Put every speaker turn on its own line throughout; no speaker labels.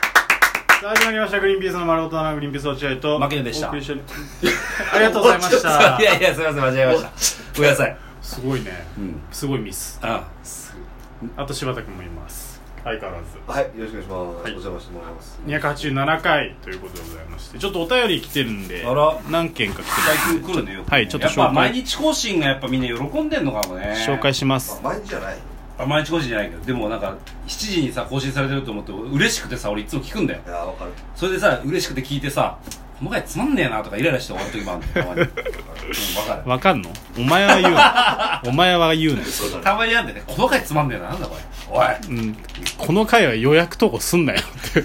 さあ始まりました「グリーンピースの丸ごとなグリーンピース落合」と
牧野でした
お送りておりありがとうございました
いやいやすいません間違えましたごめんなさい
すごいね、
ん
すごいミス
あ
あと柴田君もいます相変わらず
はい、よろしくお願いします。
はい
お邪魔します。
287回ということでございましてちょっとお便り来てるんで
あら
何件か来て
最
る
近来るねよくね
はいちょっと
やっぱ
紹介
毎日更新がやっぱみんな喜んでんのかもね
紹介します
まあ、毎日じゃない。
あ毎日更新じゃないけどでもなんか7時にさ更新されてると思って嬉しくてさ俺いつも聞くんだよ
いや、わかる。
それでさ嬉しくて聞いてさこの回つまんねえなとかイライラして終わる時もあるんだよたまにうんわか
わかんのお前は言う なお前は言うな
るたまにあんだよねこの回つまんねえななんだこれおい
うん、この回は予約投稿すんなよって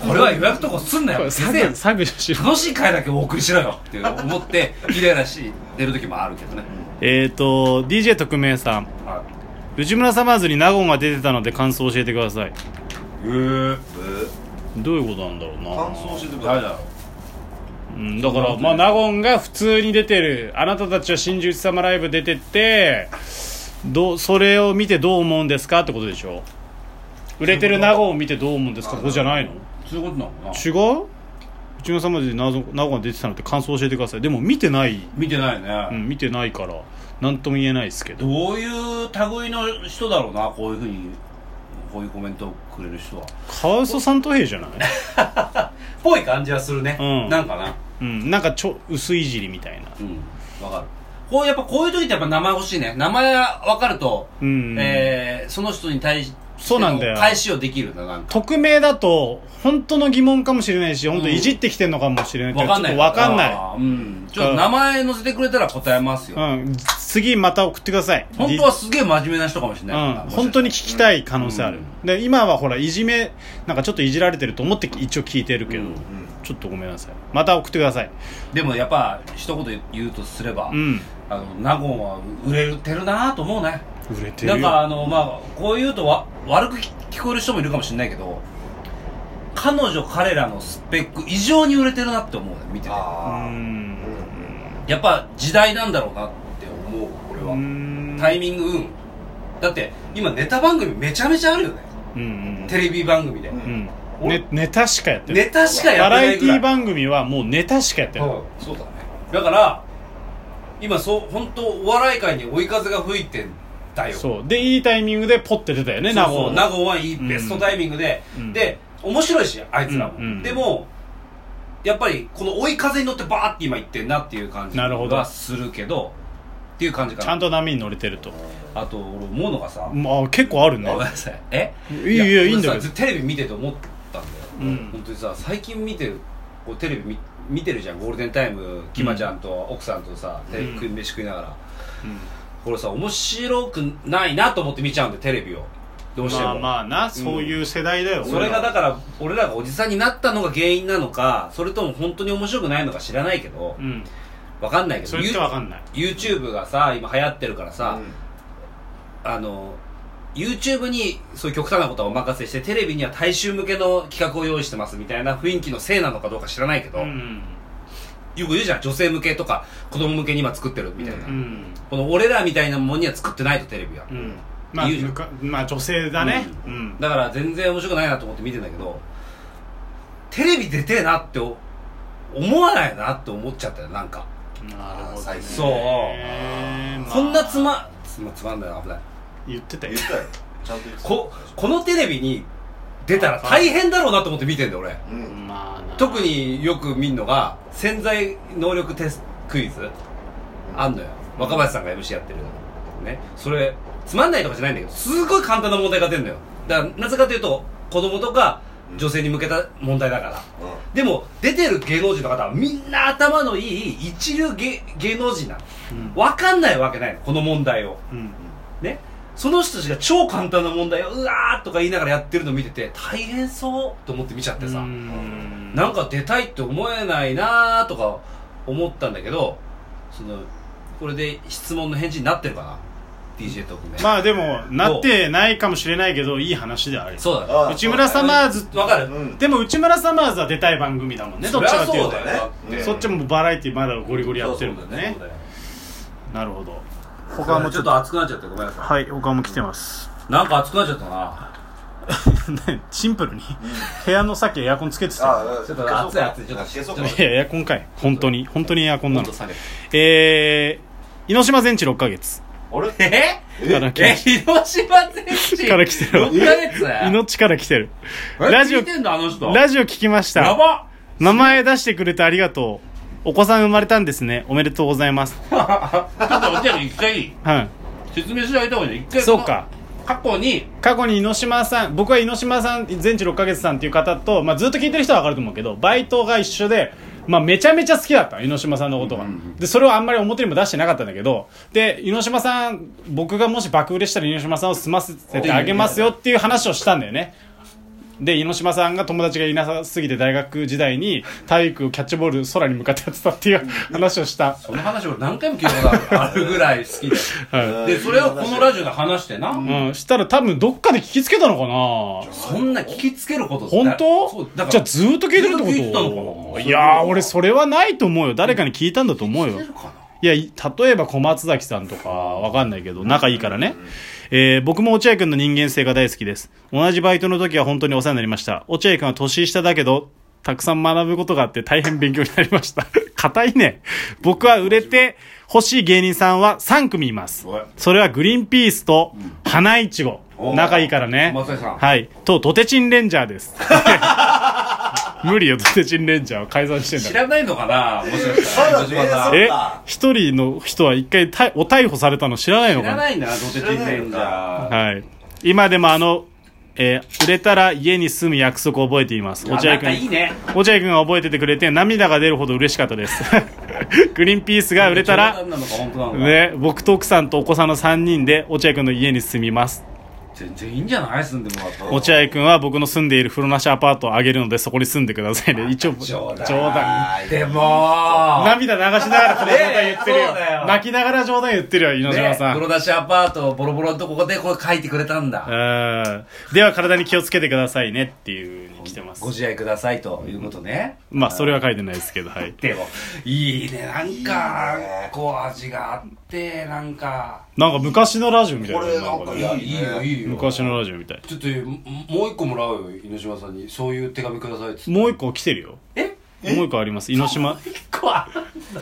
これは予約とこすんなよ先
削
生
除 削除しろ
楽しい回だけお送りしろよって思ってイライラしてる時もあるけどね、
えーと DJ 特命さん
は
内村サマーズに納言が出てたので感想を教えてください
い、え
ブー。
どういうことなんだろうな
感想教えてくだ
誰
さ
だ
い。
ろ
う
う
ん、だから、まあ、納言が普通に出てるあなたたちは真珠一様ライブ出てってどうそれを見てどう思うんですかってことでしょ売れてる納言を見てどう思うんですかここじゃないの
そういうことなのかな
違う内村様で納言納言が出てたのって感想教えてくださいでも見てない、
見てない
うん
ね、
見てないから何とも言えないですけど
どういう類の人だろうなこういうふうにこういうコメントをくれる人は
カワウソさんと平じゃない、
ぽい感じはするね、
うん
なんかな
うん、なんかちょ薄いじりみたいな
うんわかるこうやっぱこういう時ってやっぱ名前欲しいね名前が分かると、
うん
えーその人に対して
そうなんだよ
の返しをできるんだなんか
匿名だと本当の疑問かもしれないし本当いじってきてんのかもしれないけ
わ
ど、
かん
ちょ
な
っ
い
とわかんない
あーうんちょっと名前載せてくれたら答えますよ、
うん、次また送ってください
本当はすげえ真面目な人かもし
う
れない、
ん、本当に聞きたい可能性ある、
う
で今はほらいじめなんかちょっといじられてると思って一応聞いてるけど、
うん
ちょっとごめんなさいまた送ってください
でもやっぱ一言言うとすれば、
うん
あの納言は売れてるなと思うね
売れて
な
る
んか
よ
あのまあこう言うとわ悪く聞こえる人もいるかもしれないけど彼女彼らのスペック異常に売れてるなって思うね見てて
う
あー。
ん
やっぱ時代なんだろうなって思う俺は、
うん
タイミング運だって今ネタ番組めちゃめちゃあるよね
うん
テレビ番組で、
うん
うん、うん
俺
ね、ネタしかやってない
ネタしかや
バ
っ
ラ
てな
エ
い
テ
ぐ
ィ
らい
ー番組はもうネタしかやってない、
うんそうだねだから今そう本当お笑い界に追い風が吹いてんだよ
そうでいいタイミングでポッて出たよね
そう
名
そう
護
名古屋はいい
うん
ベストタイミングで、
うん
で面白いしあいつらも、
うんうん
でもやっぱりこの追い風に乗ってバーって今行ってんなっていう感じ
なるほど
がするけどっていう感じか
ち
な
ゃんと波に乗れてると
あと俺思うのがさ、
まあ結構あるね
ごめんなさいえ
いやいやいいんだけ
俺
ど
さテレビ見てて思ったんだよ、
うん
本当にさ最近見てるこうテレビ見見てるじゃんゴールデンタイムきまちゃんと奥さんとさ、テレビ食い飯食いながら、これさ面白くないなと思って見ちゃうんでテレビをどうしても、
まあまあなそういう世代だよ、
それがだ
ら
から俺らがおじさんになったのが原因なのかそれとも本当に面白くないのか知らないけど
うん
わかんないけど
それってわかんない
YouTube がさ今流行ってるからさ、
うん
あの YouTube にそういう極端なことはお任せしてテレビには大衆向けの企画を用意してますみたいな雰囲気のせいなのかどうか知らないけど、
うん
よく言うじゃん女性向けとか子供向けに今作ってるみたいな、
うん
この俺らみたいなものには作ってないとテレビは、
うんまあ
言うじゃん
むかまあ女性だねうん
だから全然面白くないなと思って見てんだけどテレビ出てえなって思わないなって思っちゃったよなんか、
なるほどね
そう
まあ
こんなつまつまつまんだよ危ない
言ってたよ
言ったよ。ちゃんと言ってた
ここのテレビに出たら大変だろうなと思って見てんだよ俺
うん。
まあな
特によく見んのが潜在能力テストクイズあんのよ若林さんが MC やってるねそれつまんないとかじゃないんだけどすごい簡単な問題が出るのよだからなぜかというと子供とか女性に向けた問題だから、
う
でも出てる芸能人の方はみんな頭のいい一流芸芸能人なの
うん
分かんないわけないのこの問題を
うん
ねその人たちが超簡単な問題をうわーとか言いながらやってるの見てて大変そうと思って見ちゃってさ、
うん
なんか出たいって思えないなーとか思ったんだけどそのこれで質問の返事になってるかな DJ 特命
まあでもなってないかもしれないけどいい話ではある
そうだね
あ
内村サマーズ
わかる、
うん。
でも内村サマーズは出たい番組だもんねどっちかっていう
そりゃそう
と
だよ
ね
そっちもバラエティまだゴリゴリやってるもんね
そうだよ
なるほど
他もちょっと熱くなっちゃってごめんなさ
は
い
い他も来てます
なんか熱くなっちゃったな
ねシンプルに部屋のさっきエアコンつけてたよ
あ
ちょっと暑い暑いちょっと
消そう
ち
か
ょっ
いやエアコンかい本当に本当にエアコンな
温
の
度下げて
えー、江ノ島全治6ヶ月
あれ
え
から来
え
まし
広島全治
から来てる
6ヶ月
た命から来てるラ
ラ
ジ
ジ
オ
オ聞いてんのあの人
ラジオ聞きました
やば
名前出してくれてありがとうお子さん生まれたんですねおめでとうございます
ちょっとお手紙一回
はい
説明してあげた方がいい一回
そうか
過去に
過去に猪島さん僕は猪島さん全治6ヶ月さんっていう方と、まあ、ずっと聞いてる人は分かると思うけどバイトが一緒で、まあ、めちゃめちゃ好きだった猪島さんのことが、でそれをあんまり表にも出してなかったんだけどで猪島さん僕がもし爆売れしたら猪島さんを済ませてあげますよっていう話をしたんだよねで猪島さんが友達がいなさすぎて大学時代に体育をキャッチボール空に向かってやってたっていう話をした、
その話を何回も聞いたことあるあるぐらい好きで
は
でそれをこのラジオで話してない
うん、したら多分どっかで聞きつけたのかな
そんな聞きつけることって
本
そう
当
だ
じゃあ
から
ずーっと聞いてるってこと
ずーっと聞いてたのかない
やー俺それはないと思うよ誰かに聞いたんだと思うよ
聞いてるかない
やい例えば小松崎さんとかわかんないけど仲いいからね、えー僕も落合君の人間性が大好きです同じバイトの時は本当にお世話になりました落合君は年下だけどたくさん学ぶことがあって大変勉強になりました 硬いね僕は売れて欲しい芸人さんは3組います
おい
それはグリーンピースと花いちご
お
仲いいからね
松井さん
はい。と、ドテチンレンジャーです。 無理よ、ドテチンレンジャーは解散してんだ
知
から。
らないのかなもしかした
ま
ら
だ
さ
ね
ん
知ら
え
んか
一人の人は一回逮お逮捕されたの知らないの
知
からな
ないんだなドテチンレンジ
知
ャ
ら
ー
はい。今でもあの、えー売れたら家に住む約束を覚えています。落合
あなんかいい
君。
ね
落合君が覚えててくれて涙が出るほど嬉しかったです。 グリーンピースが売れたら
冗談、なのか本当なのか
ね、僕と奥さんとお子さんの3人で落合君の家に住みます。
全然いいんじゃない住んでもらったら
落合君は僕の住んでいる風呂なしアパートをあげるのでそこに住んでくださいね。一応、
冗談
冗談
でも
涙流しながらこの冗談言ってる
ねえ
よ
そうだよ
泣きながら冗談言ってるよ猪島
ね
さん、
黒出しアパートボロボロのとこでこれ書いてくれたんだ
うんでは体に気をつけてくださいねっていう風に来てます
ご自愛くださいということね
まあそれは書いてないですけどはい
でもいいねなんか
いいね
こう味があってなんか
なんか昔のラジオみたいな
これなんか
なんか
い
ね
いよいいよいいよ
昔のラジオみたい
ちょっとももう一個もらうよ猪島さんにそういう手紙くださいっつって
もう一個来てるよ
え
もう一個あります猪島
一個あるんだ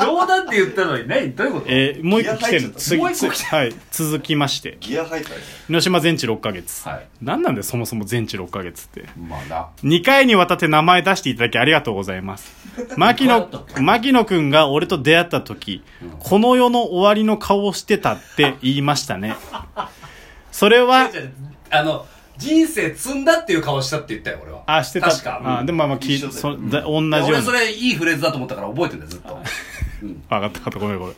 冗談って言ったのに何どういうこと
えー、もう一個来てる
いや入っちゃった
次
もう一個
次
来
はい続きまして
ギア入ったね
猪島全治6ヶ月、
はい
何なんだよそもそも全治6ヶ月って
まあな
2回にわたって名前出していただきありがとうござい ます。牧野、牧野くんが俺と出会った時、この世の終わりの顔をしてた って言いましたね。それは、
あの人生積んだっていう顔したって言ったよ俺は
あ、してた。
確か
あ、でもまあまあ、き
一緒だ
そだ同じ
よ
よ
俺
う
そ
な。
れいいフレーズだと思ったから覚えてんだよずっと
わかったかった、ごめんごめん。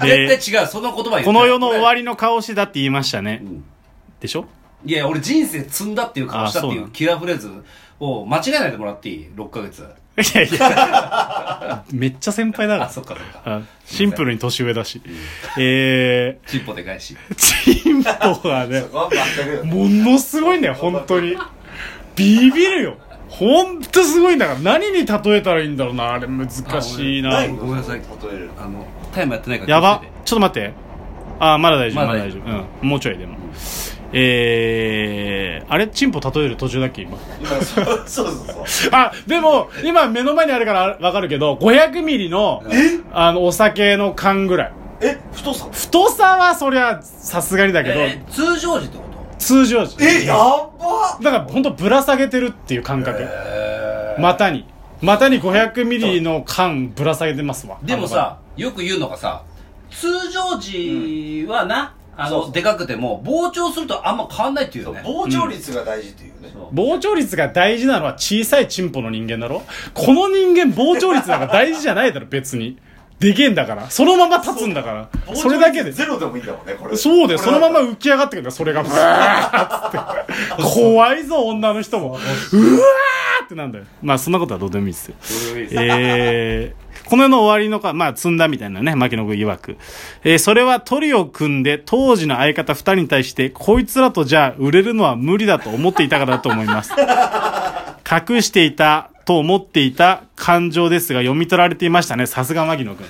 えー
絶対違うその言葉言って
この世の終わ
り
りの顔をしてたって言いましたね
ん。
でし ょ
いや俺人生積んだっていう顔したってい
あそうな
う
の
キラーフレーズを間違えないでもらっていい6ヶ月
いやいや。めっちゃ先輩だ
あ
か。
そっかそっから
あシンプルに年上だし。え
チンポでかいし
ー、チンポがね
そ。こは全く
ものすごいんだよ本当にビビるよ本当すごいんだから何に例えたらいいんだろうなあれ難しいな
の
ごめんなさい
例える
あのタイムやってないから
やば
気をつけて
ちょっと待ってあまだ大丈夫ま
ま
だ
だ
大
大
丈
丈
夫、うん、もうちょいでもえー、あれチンポ例える途中だっけ今
今そうそうそうそう
あでも今目の前にあるからわかるけど500ミリのあのお酒の缶ぐらい
え太さ
太さはそりゃさすがにだけど、
えー通常時ってこと
通常時
えやば
だから本当ぶら下げてるっていう感覚、
え
股に股に500ミリの缶ぶら下げてますわ
でもさよく言うのがさ通常時はなあ
そう
の
そう
でかくても膨張するとあんま変わんないっていうよね
膨張率が大事っていうね
そう
膨張率が大事なのは小さいチンポの人間だろこの人間膨張率なんか大事じゃないだろ別にでけえんだからそのまま立つんだからそれだけで
ゼロでもいいんだもんねこれ
そうだよそのまま
こ
浮き上がってくるんだよそれがブワーッつって怖いぞ女の人もうわーってなんだよまあそんなことはどうでもいいですよえーこの世の終わりのか、まあ、積んだみたいなね、牧野君曰く。えーそれはトリオ組んで、当時の相方二人に対して、こいつらとじゃあ売れるのは無理だと思っていたからだと思い ます。隠していたと思っていた感情ですが、読み取られていましたね。さすが牧野君。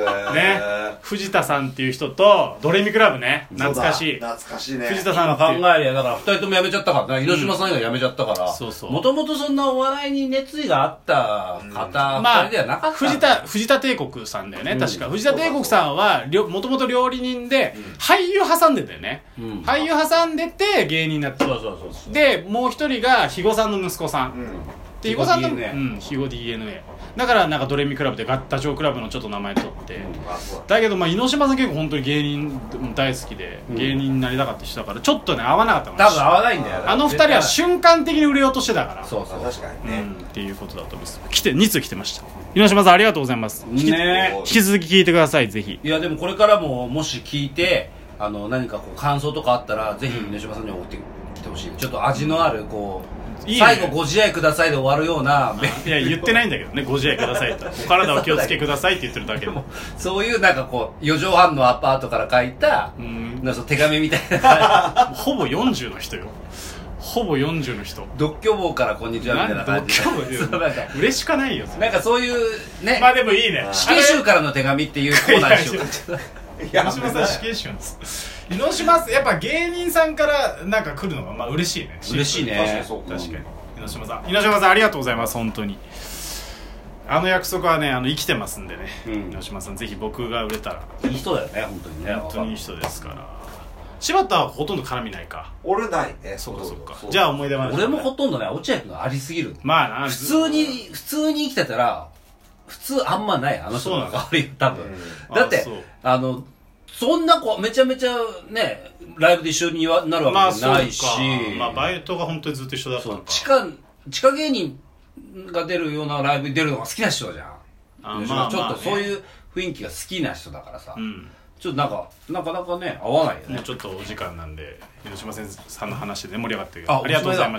れは
ね
えー。
藤田さんっていう人とドレミクラブね懐かしい
そうだ懐かしいね
藤田さん
今
っていう
考えりゃだから二人とも辞めちゃったからね広島さんが辞めちゃったから
そうそう
もともとそんなお笑いに熱意があった
ま
方二
あ
人ではなかった
藤田藤田帝国さんだよね、確か藤田帝国さんはもともと料理人で、俳優挟んでたよね、
うん
俳優挟んでて芸人になった
そうそうそうそう
でもう一人が肥後さんの息子さん、
うん
で肥後さんの
DNA
うん肥後 DNA だからなんかドレミクラブでガッダチョウクラブのちょっと名前取って、
あそう
だけどまあ猪島さん結構本当に芸人大好きで、芸人になりたかった人だからちょっとね合わなかったの
多分合わないんだよ
あの二人は瞬間的に売れようとしてたから
そうそう
だ確かに
う
ね、
ん、っていうことだと思います来て2通来てました猪島さんありがとうございます引き
ね
引き続き聞いてくださいぜひ
いやでもこれからももし聞いてあの何かこう感想とかあったらぜひ峰島さんに送ってきてほしいちょっと味のあるこう
いいね
最後ご自愛くださいで終わるようなメ
いや言ってないんだけどねご自愛くださいとお体を気をつけくださいって言ってるだけでも
そういうなんかこう四畳半のアパートから書いた
ん
なんかその手紙みたいな
ほぼ40の人よほぼ40の人
独居房からこんにちはみたいな
なん
感
で
じ
今日
そうなんか
嬉しかないよそれ
なんかそういうね
まあでもいいね
死刑囚からの手紙っていうコーナーにしようか
いや
猪島さん死刑囚なんです猪島さんやっぱ芸人さんからなんか来るのがまあ嬉しいね
嬉しいね
確かにそう
確かに猪島さん猪島さんありがとうございます本当にあの約束はねあの生きてますんでね、
うん
猪島さんぜひ僕が売れたら
いい人だよね本当にね
本当にいい人ですから柴田はほとんど絡みないか
俺ないね
そ
そう
かそうか
そう
じゃあ思い出話
俺もほとんどね落合君がありすぎる
まあな
普通に普通に生きてたら普通あんまないあの人の関わり多分、
うん
だっ
あ
て
そう
あのそんな子めちゃめちゃねライブで一緒にはなる
ま
わ
あ
けじ
そ
ゃ
う
な
か
いし、、
まあ、バイトが本当にずっと一緒だった
そ
の
う
か
地下地下芸人が出るようなライブに出るのが好きな人じゃん
あ
吉
まあ
村ちょっ
まあ
と
ね
そういう雰囲気が好きな人だからさ、
うん
ちょっとなんかなかなかね合わないよ
も
ね
うちょっとお時間なんで広島先生さんの話で盛り上がってる
あ
ありがとうございま